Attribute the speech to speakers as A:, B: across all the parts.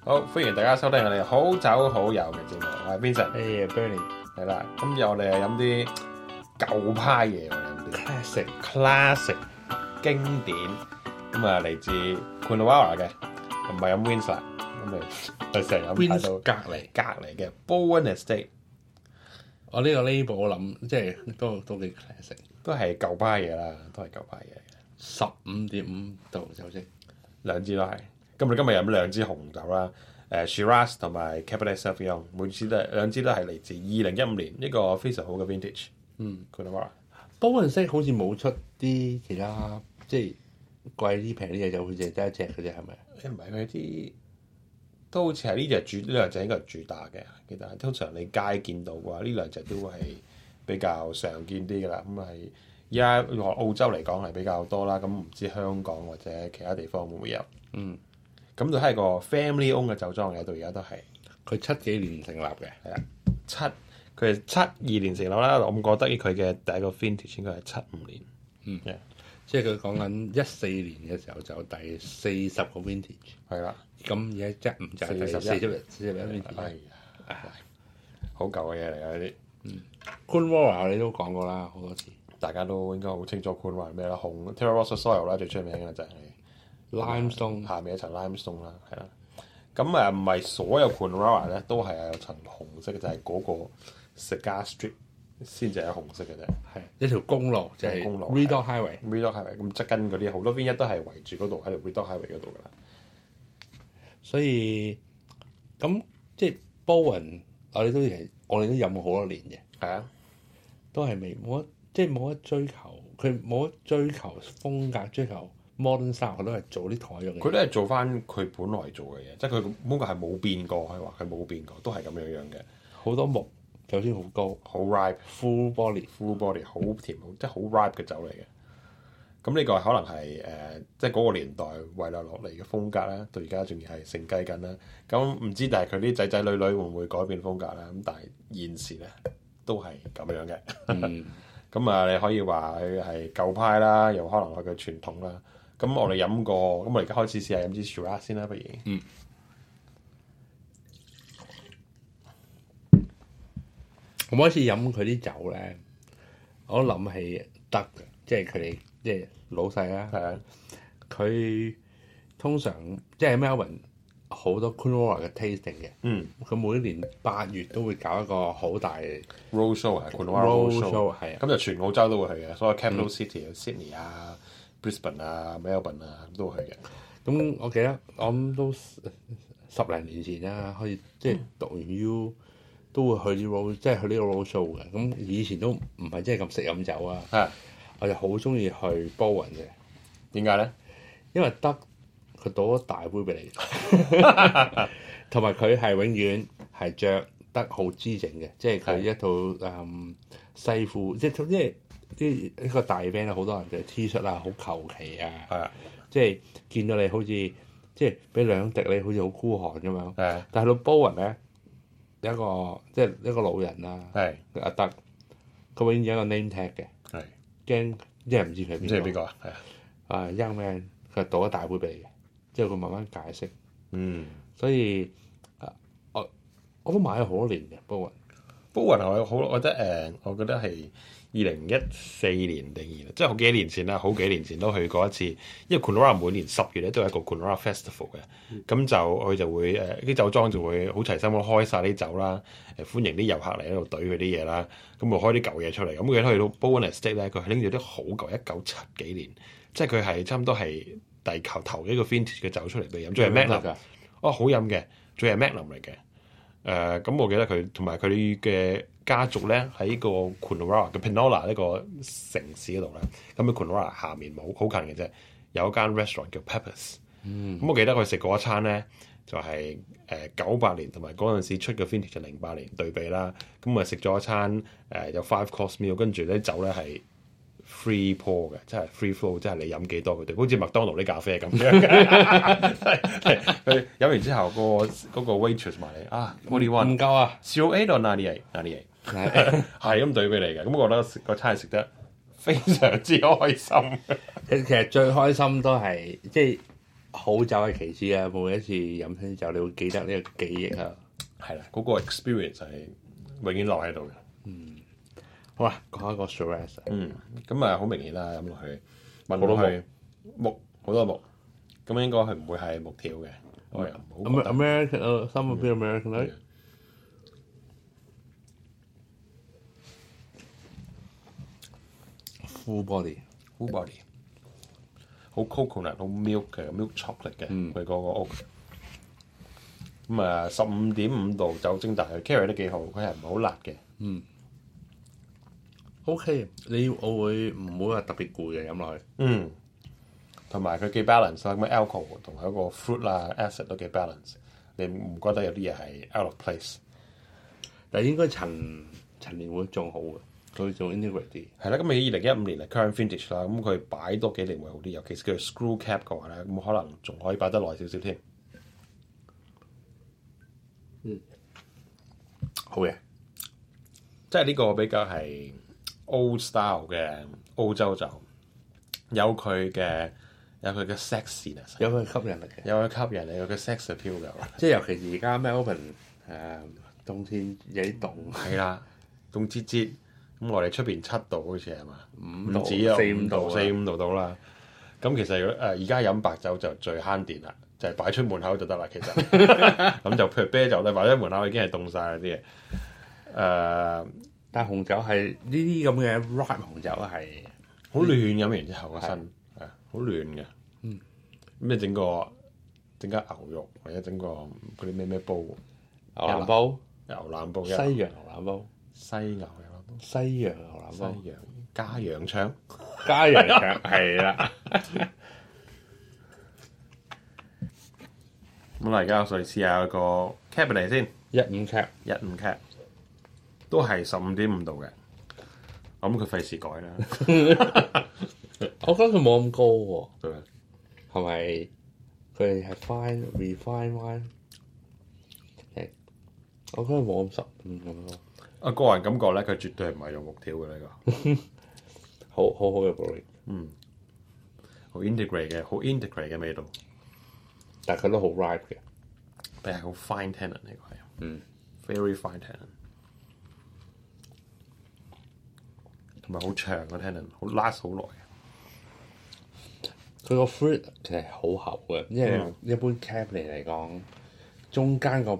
A: 好，歡迎大家收聽我哋好酒好友嘅節目，我係 Vincent，
B: 誒 Bernie
A: 係啦，今日我哋係飲啲舊派嘢，我哋飲啲
B: classic
A: classic 經典，咁啊嚟自 Coonawarra 嘅，唔係飲 Windsor，咁咪我成日飲
B: Win
A: 排到
B: 隔離，
A: 隔離嘅 Bowen Estate
B: 我呢個 label 我諗即係都都幾 classic，
A: 都係舊派嘢啦，都係舊派嘢，
B: 十五點五度酒精，
A: 兩支都係。咁啊我哋今日飲兩支紅酒啦，誒 Shiraz 同埋 Cabernet Sauvignon，每支都係兩支都係嚟自二零一五年一個非常好嘅 vintage。
B: 嗯
A: Coonawarra。
B: Bowen 色好似冇出啲其他即係貴啲平啲嘢，就好似係得一隻嘅啫，係咪？
A: 誒唔係佢啲都好似係呢隻主呢兩隻應該係主打嘅，記得通常你街見到嘅話，呢兩隻都係比較常見啲嘅啦。咁係而家澳洲嚟講係比較多啦，咁唔知香港或者其他地方會唔會有？
B: 嗯，
A: 咁就係個 family own 嘅酒莊嚟，到而家都係
B: 佢七幾年成立嘅，
A: 七，佢係七二年成立啦。我覺得佢嘅第一個 vintage 應該係七五年。
B: 即係佢講緊一四年嘅時候就第四十個 vintage，
A: 係啦，
B: 咁而家一五就係第
A: 41
B: 四十一四十一
A: 哎
B: vintage。
A: 呀，好舊嘅嘢嚟啊！呢啲
B: g u n w a r a 啊你都講過啦，好多次
A: 大家都應該好清楚 Coonawarra 係咩啦，紅 Terra Rossa Soil 啦最出名嘅就係
B: limestone
A: 下面一層 limestone 啦，係啦。咁誒唔係所有 Coonawarra 咧都係有層紅色嘅，就係、嗰個 Cigar Street 先至係紅色嘅啫。
B: 係一條公路就係
A: 公路
B: r e d o Highway。
A: r e d o Highway 咁側跟嗰啲好多 V 一都係圍住嗰度喺度 r e d o Highway 嗰度㗎啦。
B: 所以咁即係 Bowen，我哋都係我哋都飲過好多年嘅，
A: 係啊，
B: 都係未冇得即係冇得追求，佢冇得追求風格，追求 modern style，佢都係做啲同一樣嘅
A: 佢
B: 嘢。
A: 都係做翻佢本來做嘅嘢，即係佢嗰個係冇變過，可以話佢冇變過，都係咁樣樣嘅。
B: 好多木，酒精好高
A: 好 ripe。
B: ，full body。
A: full body 好甜好即係好 ripe 嘅酒嚟嘅。咁呢個可能係誒、呃即係嗰個年代遺留落嚟嘅風格啦，到而家仲要係承繼緊啦。咁唔知但係佢啲仔仔女女會唔會改變風格啦？咁但係現時咧都係咁樣嘅。
B: 嗯，
A: 咁啊，你可以話佢係舊派啦，又可能佢嘅傳統啦。咁我哋飲過，咁我而家開始試下飲支 Shiraz 先啦，不如。
B: 嗯。我每一次飲佢啲酒咧，我諗起得嘅，即係佢哋即係老細啦。
A: 係啊，
B: 佢通常即係 Melbourne 好多 c o o n w a r a 嘅 tasting 嘅。
A: 嗯
B: 佢每一年八月都會搞一個好大嘅
A: ，Road Show 啊 c o n Road
B: road
A: Show。
B: show，係啊，
A: 咁就全澳洲都會去嘅，所有 capital city 啊、Sydney 啊、Brisbane 啊、Melbourne 啊咁都會去嘅。
B: 咁我記得我諗都十十零年前啦，開始即係讀完 U 都會去啲 road，即係去呢個 road show 嘅。咁以前都唔係真係咁識飲酒啊，
A: 嚇
B: 我就好中意去 Bowen 嘅，
A: 點解咧？
B: 因為得佢倒咗大杯俾你， 同埋佢係永遠係着得好姿整嘅，即係佢一套誒、嗯西褲，即係即係呢一個大 band 啊好多人嘅 T 恤啊，好求其啊，
A: 係啊
B: 即係見到你好似即係俾兩滴你好似好孤寒咁樣，
A: 係啊
B: 但係到 Bowen 咧有一個即係一個老人啊，
A: 係
B: 阿德，佢永遠有一個 name tag 嘅，
A: 係
B: 驚即係唔知佢係
A: 唔知係
B: 邊
A: 邊
B: 個
A: 個啊？係啊，
B: 啊 young man，佢係倒一大杯俾你嘅，之後佢慢慢解釋。
A: 嗯。
B: 所以啊，我我都買咗好多年嘅 Bowen，
A: Bowen 我好，我覺得誒，我覺得係二零一四年定二，即係好幾年前啦，好幾年前都去過一次。因為 Coonawarra 每年十月咧都有一個 Coonawarra Festival 嘅，咁就佢就會誒啲、酒莊就會好齊心咁開晒啲酒啦，誒、歡迎啲遊客嚟喺度懟佢啲嘢啦，咁就開啲舊嘢出嚟。咁佢去到 Bowen Estate 咧，佢係拎住啲好舊，一九七幾年，即係佢係差唔多係地球頭一個 vintage 嘅酒出嚟俾你飲，仲係 Magnum
B: 㗎？
A: 哦，好飲嘅，仲係 Magnum 嚟嘅。誒、咁我記得佢同埋佢嘅家族咧喺個 Coonawarra 嘅 Penola 呢個城市嗰度咧，咁喺 Coonawarra 下面冇好近嘅啫，有一間 restaurant 叫 Peppers。咁、
B: 嗯
A: 我記得佢食過一餐咧，就係誒九八年同埋嗰陣時出嘅 Vintage 零八年對比啦。咁啊食咗一餐誒、有 five course meal，跟住咧酒咧係 free pour 嘅，即係 free flow，即係你飲幾多佢哋，好似麥當勞啲咖啡咁樣嘅。係佢飲完之後，個嗰個 waitress 埋你啊，forty
B: 唔
A: one，
B: 夠啊！
A: 小 A 到 ninety eight ninety eight，係 咁對俾你嘅。咁我覺得食個餐係食得非常之開心。
B: 其實最開心都係即係好酒係其次啊！每一次飲親酒，你會記得呢個記憶啊。
A: 係啦，嗰、個 experience 係永遠留喺度嘅。
B: 好啦，講一個 Shiraz，
A: 嗯，咁啊好明顯啦，飲落去聞
B: 好多
A: 落去木好多木，咁應該佢唔會係木條嘅，我又唔好覺得
B: American 啊，Some of the American 啦，full body。
A: full body，好 coconut 好 milk 嘅 milk chocolate 嘅佢嗰個屋。咁啊，十五點五度酒精，但係 carry 得幾好，佢係唔係好辣嘅。
B: O.K. 你我會唔會話特別攰嘅飲落去？
A: 嗯，同埋佢幾 balance 啦，咁 alcohol 同佢嗰個 fruit 啦 acid 都幾 balance，你唔覺得有啲嘢係 out of place？
B: 但係應該陳陳年會仲好嘅，佢仲 integrate 啲。
A: 係啦，咁你二零一五年係 current vintage 啦，咁佢擺多幾年會好啲，尤其是佢 screw cap 嘅話咧，咁可能仲可以擺得耐少少添。
B: 好嘅，
A: 即係呢個比較係 old style 嘅澳洲酒，有佢嘅有佢嘅 sexiness，
B: 有佢吸引力嘅，
A: 有佢吸引力，有佢 sex appeal 嘅。
B: 即係尤其是而家 Melbourne à, 誒、冬天有啲凍，
A: 係啦，凍節節咁，我哋出邊七度好似係嘛？
B: 五
A: 唔
B: 度
A: 止啊，
B: 四五度啊
A: 四五度到啦。咁其實誒呃而家飲白酒就最慳電啦，就係、擺出門口就得啦。 其實咁就譬如啤酒咧，擺出門口已經係凍晒啦啲嘢。誒、呃
B: 但係紅酒係呢啲咁嘅 ripe 紅酒係
A: 好亂飲完之後個身係好亂嘅。嗯，咁你整個整間牛肉或者整個嗰啲咩咩煲
B: 牛腩煲、
A: 牛腩煲一
B: 西洋牛腩煲、
A: 西牛牛腩煲
B: 西洋牛腩煲、
A: 西洋加洋腸。
B: 加洋腸 係啦。
A: 咁啦，而家我哋試下個 cabinet 先。
B: 一五尺
A: 一五 cap 都係十五點五度嘅，咁佢費事改 啦，
B: 我覺得佢冇咁高喎、
A: 對咪
B: 係咪？佢係 fine refine wine，誒我覺得冇咁十五咁咯，
A: 啊個人感覺咧，佢絕對唔係用木條嘅呢個，
B: 好好好嘅 b r
A: 好 integrate 嘅，好 integrate 嘅味道，
B: 但係佢都好 ripe 嘅。
A: 但係好 fine tannin 呢個係，
B: 嗯
A: ，very fine tannin，同埋好長嘅 tannin，好 last 好耐嘅，
B: 佢個 fruit 其實係好厚嘅，因為
A: 嗯
B: 一般 Cabernet 嚟講，中間個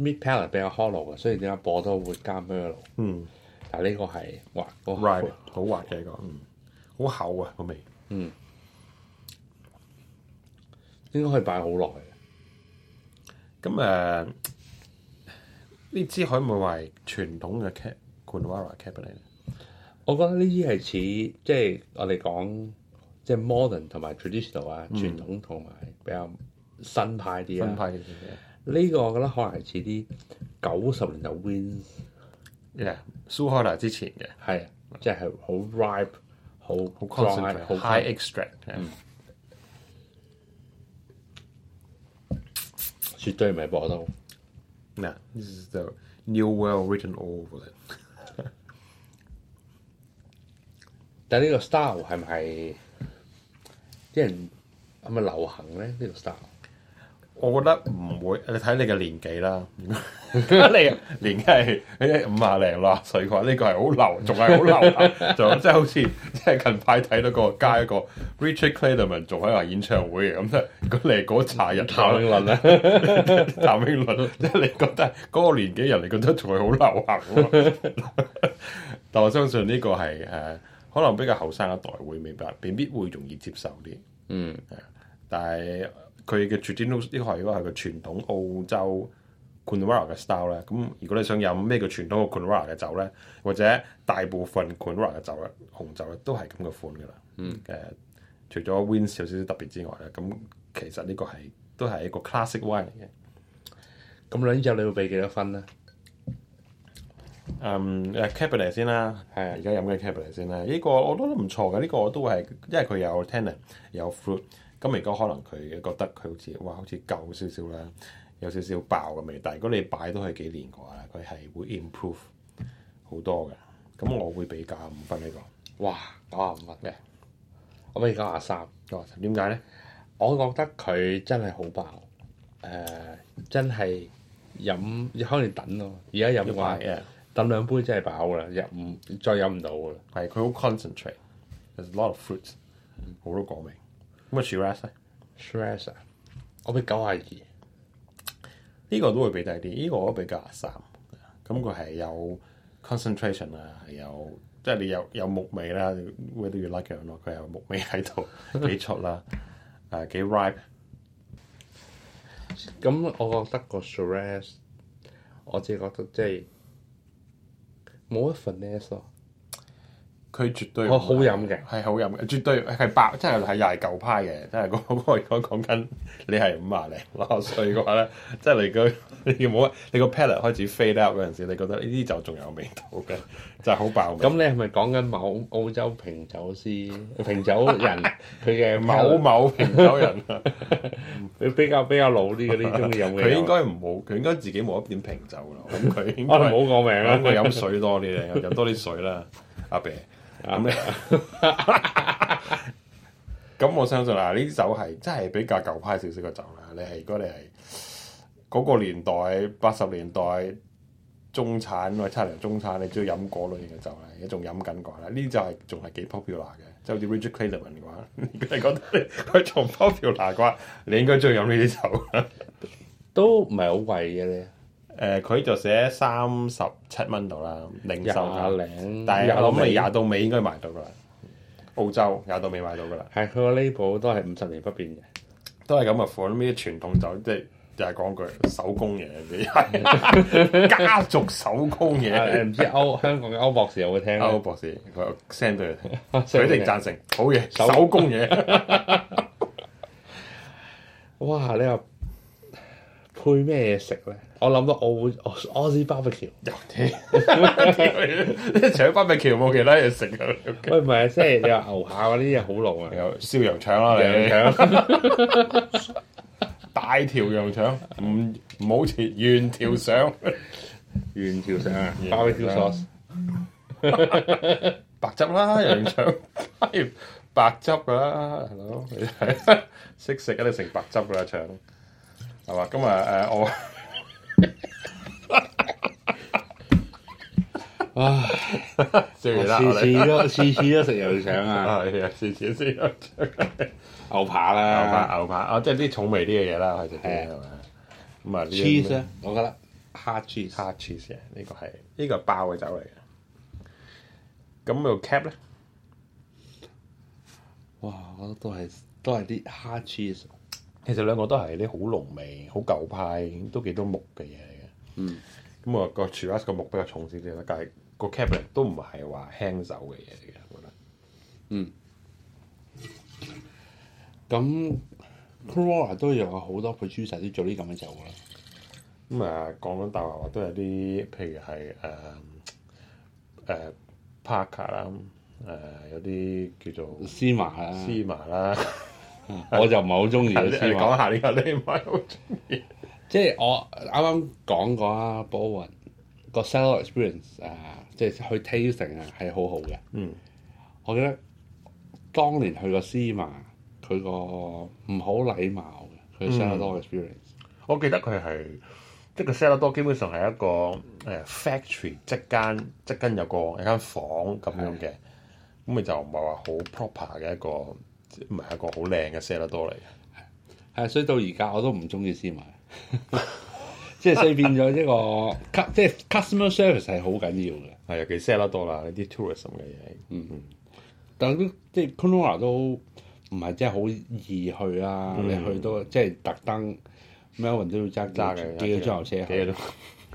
B: mid palate 比較 hollow 嘅，所以點解波多會加 merlot？
A: 嗯
B: 但係呢個係哇，個
A: ，right 好滑嘅呢個，嗯，好厚啊個味，
B: 應該可以擺好耐嘅。
A: 咁誒呢支可唔可以話係傳統嘅 cap Coonawarra cabernet 咧？
B: 我覺得呢啲係似即係我哋講即係 modern 同埋 traditional 啊，傳統同埋比較新派啲
A: 分
B: 啊。
A: 嗯派嘅嘢。
B: 呢個我覺得可能係似啲九十年代 win
A: yeah，蘇開拿之前嘅，
B: 係啊即係好 ripe、好
A: 好
B: dry 好
A: concentrate，high extract，嗯
B: 絕對唔係波多。
A: 嗱，this is the new world written all over it。
B: 但係呢個 style 係咪啲人係咪流行咧？呢、個 style
A: 我覺得唔會，你睇你嘅年紀啦。如果你年紀係五廿零六啊歲嘅話，呢個係好流，仲係好流行，就即係好似即係近排睇到個街一個 Richard Clayderman 仲喺話演唱會嘅咁咧。如果你係嗰扎人，
B: 譚詠麟啊，
A: 譚詠麟，即係你覺得嗰個年紀人，你覺得仲係好流行喎 但我相信呢個係誒、呃可能比較後生一代會明白，未必會容易接受啲。
B: 嗯，
A: 但係佢嘅 traditional 呢個係嗰係個傳統澳洲 c o n w a r a 嘅 style 咧。咁如果你想飲咩叫傳統嘅 c o n w a r a 嘅酒咧，或者大部分 c o n w a r a 嘅酒咧，紅酒咧都係咁嘅款噶啦。嗯，誒、除咗 Win 有少少特別之外咧，咁其實呢個係都係一個 classic wine 嚟嘅。
B: 咁兩隻你會俾幾多分咧？
A: 嗯誒 cabernet 先啦，
B: 係啊
A: 而家飲緊 cabernet 先啦。呢個我覺得都唔錯嘅，呢、個我都係因為佢有 tannin 有 fruit，咁而家可能佢覺得佢好似哇好似舊少少啦，有少少爆嘅味。但係如果你擺多佢幾年嘅話咧，佢係會 improve 好多嘅。咁我會俾九十五分呢、
B: 哇，九啊五分嘅，我俾九啊三。
A: 個。哦，點解咧？
B: 我覺得佢真係好爆，誒、真係飲可能等咯，而家飲話
A: 嘅，
B: 等兩杯真係飽啦，入唔再飲唔到噶啦。
A: 係佢好 concentrate，there's a lot of fruit，好多果味。咁啊 s h i r a z 咧，
B: Stress 啊，我俾九廿二，
A: 呢個都會比低啲，呢個我都比較廿三。咁佢係有 concentration 啊，係有即係你有有木味啦，whether you like it or not，佢有木味喺 度，幾出啦，誒幾 ripe。
B: 咁我覺得個 stress，我自己覺得即係冇一 finesse 咯，
A: 佢絕對
B: 我好飲嘅
A: 係好飲嘅，絕對係白，真係係又係舊派嘅，真係嗰 嗰個如果講緊你係五啊零六啊歲嘅話咧， 即係你個你冇你個 palate 開始 fade out 嗰陣時，你覺得呢啲就仲有味道嘅，就係好爆味。
B: 咁你係咪講緊某澳洲平酒師、平酒 人佢嘅
A: 某
B: 某
A: 某平手人啊，
B: 比較比較老啲嗰啲中意飲嘅
A: 佢
B: 人？
A: 應該唔冇，佢應該自己冇一點平酒啦。咁佢應該
B: 我哋唔好講名啦
A: 咁。佢飲水多啲咧，飲多啲水啦，阿伯。咁咧， 咁我相信啊，呢啲酒係真係比較舊派少少嘅酒啦。你係如果你係嗰個年代八十年代中產或者七零中產，你中意飲嗰類型嘅酒啦，而家仲飲緊嘅話咧，呢啲就係仲係幾 popular 嘅。即係好似 Richard Clayderman 嘅話，你覺得佢仲 popular 嘅話，你應該中意飲呢啲酒啦。
B: 都唔係好貴嘅咧，
A: 誒、呃佢就寫三十七蚊度啦，
B: 啊
A: 零售價。
B: 廿零，
A: 但係我諗你
B: 廿
A: 廿到尾應該買到噶啦，澳洲廿到尾買到噶啦，
B: 係佢個 label 都係五十年不變嘅。
A: 都係咁嘅款。呢啲傳統酒即係就係講句手工嘢，你係 家族手工
B: 誒
A: 嘢。
B: 唔知歐香港嘅歐博士有冇聽啊
A: 歐
B: 咧？
A: 博士佢 send 俾佢聽，佢一定贊成，好嘢，
B: 手
A: 手工嘢。
B: 哇！你話配咩嘢食咧？我諗到澳澳 Aussie barbecue。
A: 又 屌，你除咗關米橋冇其他嘢食啊！
B: 喂，唔係，即係你話牛下嗰啲嘢好老啊，
A: 有燒羊腸啦，你
B: 羊腸
A: 大條羊腸，唔唔好似圓條腸，
B: 原條上啊
A: 原條
B: ，barbecue
A: 上
B: sauce。
A: 白汁啦，羊腸白汁噶啦，係咯，你係識食一定食白汁噶啦腸，係嘛？咁啊誒 我
B: 哇！
A: 笑完啦，我
B: 次
A: 哋
B: 次都 次次都食羊腸 啊，
A: 係啊，試試先牛
B: 牛扒啦
A: 排牛排啊，即係啲重味啲嘅嘢啦，係食啲
B: 係
A: 係嘛？咁啊呢啲
B: ，cheese 咧，我覺得嗯 hard cheese。
A: hard cheese 啊，呢個係呢個係爆嘅酒嚟嘅。咁個 cap 咧，
B: 哇！我覺得都係都係啲 hard cheese。
A: 其實兩個都係啲好濃味、好舊派，都幾多木嘅嘢嚟嘅。
B: 嗯，
A: 咁啊個 c h i r a z 個木比較重少少啦，但係個 cabinet 都唔係話輕手嘅嘢嚟嘅，我覺得。
B: 咁 Corolla 都有好多 producer 都做呢咁嘅酒啊㗎啦。
A: 咁啊講緊大話話都有啲，譬如係誒誒 Parker 啦，誒、有啲叫做
B: 芝麻啦，
A: 芝麻啦，
B: 我就唔係好中 意
A: 你
B: 嘅芝麻
A: 講。啊下呢個你唔係好中意。
B: 即係我啱啱講過啊，波雲個 sell experience 啊，即係去 tasting 啊，係好好嘅。
A: 嗯，
B: 我記得當年去個芝麻，佢個唔好禮貌嘅，
A: 嗯
B: 佢 sell experience
A: 我記得佢係即係個 s e l l 多，基本上係一個誒、factory 即間即間有個有間房咁樣嘅，咁咪就唔係話好 proper 嘅一個，唔係一個好靚嘅 s e l l 多嚟嘅。
B: 係，所以到而家我都唔中意芝麻。 即係所以變咗一個 cu- 即係 customer service 係好緊要嘅。
A: 係，尤其 set 得多啦，呢啲 tourism 嘅嘢。
B: 但都即係 Corolla 都唔係真係好易去啦。你去到即係特登 Melbourne 都要揸
A: 揸
B: 幾
A: 嘅
B: 幾個鐘頭車
A: 幾個
B: 去
A: 鐘，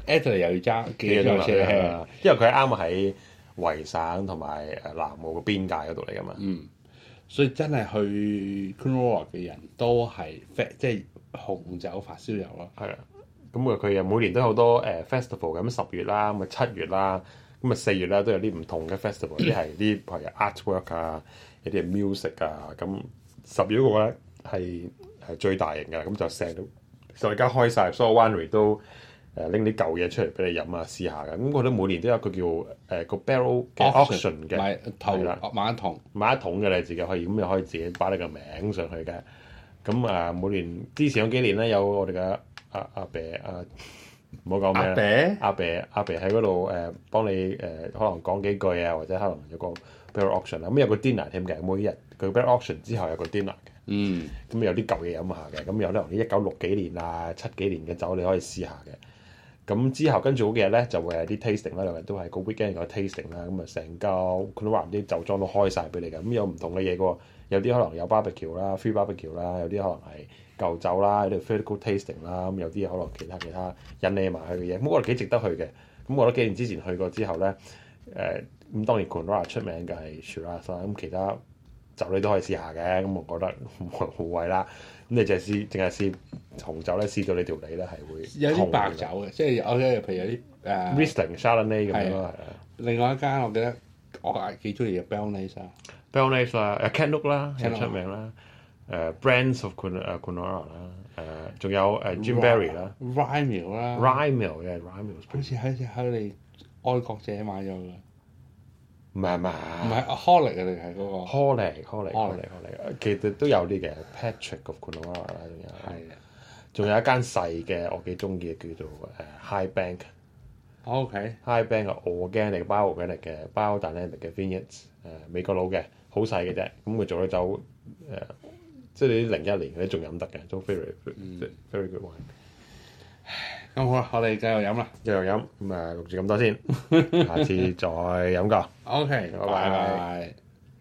B: Adelaide 又要揸幾個鐘頭車去。
A: 啦，啊因為佢啱喺維省同埋誒南澳嘅邊界嗰度嚟噶嘛。
B: 嗯，所以真係去 Corolla 嘅人都係 fat，即係紅酒發燒友咯。
A: 係啊，咁啊佢又每年都有好多誒 festival 咁，十月啦，咁啊七月啦，咁啊四月啦，都有啲唔同嘅 festival，有啲係啲譬如 artwork 啊，有啲係 music 啊，咁十月嗰個咧係係最大型嘅，咁就成到就而家開晒，所有 winery 都。誒拎啲舊嘢出嚟俾你飲啊，試下嘅。咁佢都每年都有一個叫誒、個 barrel 嘅 auction 嘅，
B: 買
A: 係啦
B: 頭買一桶，
A: 買一桶嘅你自己可以，咁你可以自己擺你個名上去嘅。咁啊，每年之前嗰幾年咧，有我哋嘅阿阿伯啊，唔好講咩
B: 阿
A: 啦。
B: bé
A: 阿伯阿伯喺嗰度誒幫你誒、呃可能講幾句啊，或者可能有個 barrel auction 啊啦，咁有個 dinner 添嘅，每日佢 barrel auction 之後有個 dinner 嘅，
B: 嗯
A: 咁有啲舊嘢飲下嘅，咁有啲可能一九六幾年啊、七幾年嘅酒你可以試下嘅。咁之後跟住嗰幾日咧就會有啲 tasting 啦，兩日都係個 weekend 有 tasting 啦，咁啊成個 c o n r a d 啲酒莊都開晒俾你嘅，咁有唔同嘅嘢嘅喎，有啲可能有 barbecue 啦、free barbecue 啦，有啲可能係舊酒啦，有啲 physical tasting 啦，咁有啲可能其他其他引你埋去嘅嘢，咁我覺得幾值得去嘅。咁我覺得幾年之前去過之後咧，誒、咁當然 c o n r a d 出名嘅係 Shiraz 啦，咁其他酒你都可以試下嘅，咁我覺得無謂啦。咁你淨係試淨係試紅酒咧，試到你條脷咧係會
B: 有啲
A: 痛
B: 白
A: 嘅
B: 酒嘅，即係有啲譬如有啲誒
A: Riesling、Chardonnay 咁樣咯，係啊
B: 另外一間我記得我係幾中意嘅 b e l n a s 啊，
A: ，Bernays 啦，誒 Cantlook 啦，
B: Cantlook
A: 好出名啦，誒 Brands of Cun 誒 Cunora 啦，誒仲有誒 Jim Barry 啦
B: r y m i l 啦
A: r y m i l 嘅 r y m i l
B: 好似喺喺你愛國者買咗嘅，唔
A: 唔係唔係，唔
B: 係 h o l l y 嘅定係嗰
A: Holly Holly Holly
B: Holly
A: Holly，其實都有啲嘅 Patrick of Cunora 啦，仲
B: 個
A: 有，
B: 係啊
A: 仲有一間細嘅我幾中意嘅叫做誒 High Bank。
B: ，OK，
A: High Bank 嘅 organic、bio organic 嘅、bio dynamic 嘅 vineyards，誒、美國佬嘅，好細嘅啫。咁佢做咗酒誒、即係你零一年佢都仲飲得嘅，都 very very good wine。
B: 咁好啦，我哋繼續飲啦
A: 一樣 飲咁啊，錄住咁多先，下次再飲過。
B: ，OK，
A: 拜拜
B: 拜拜。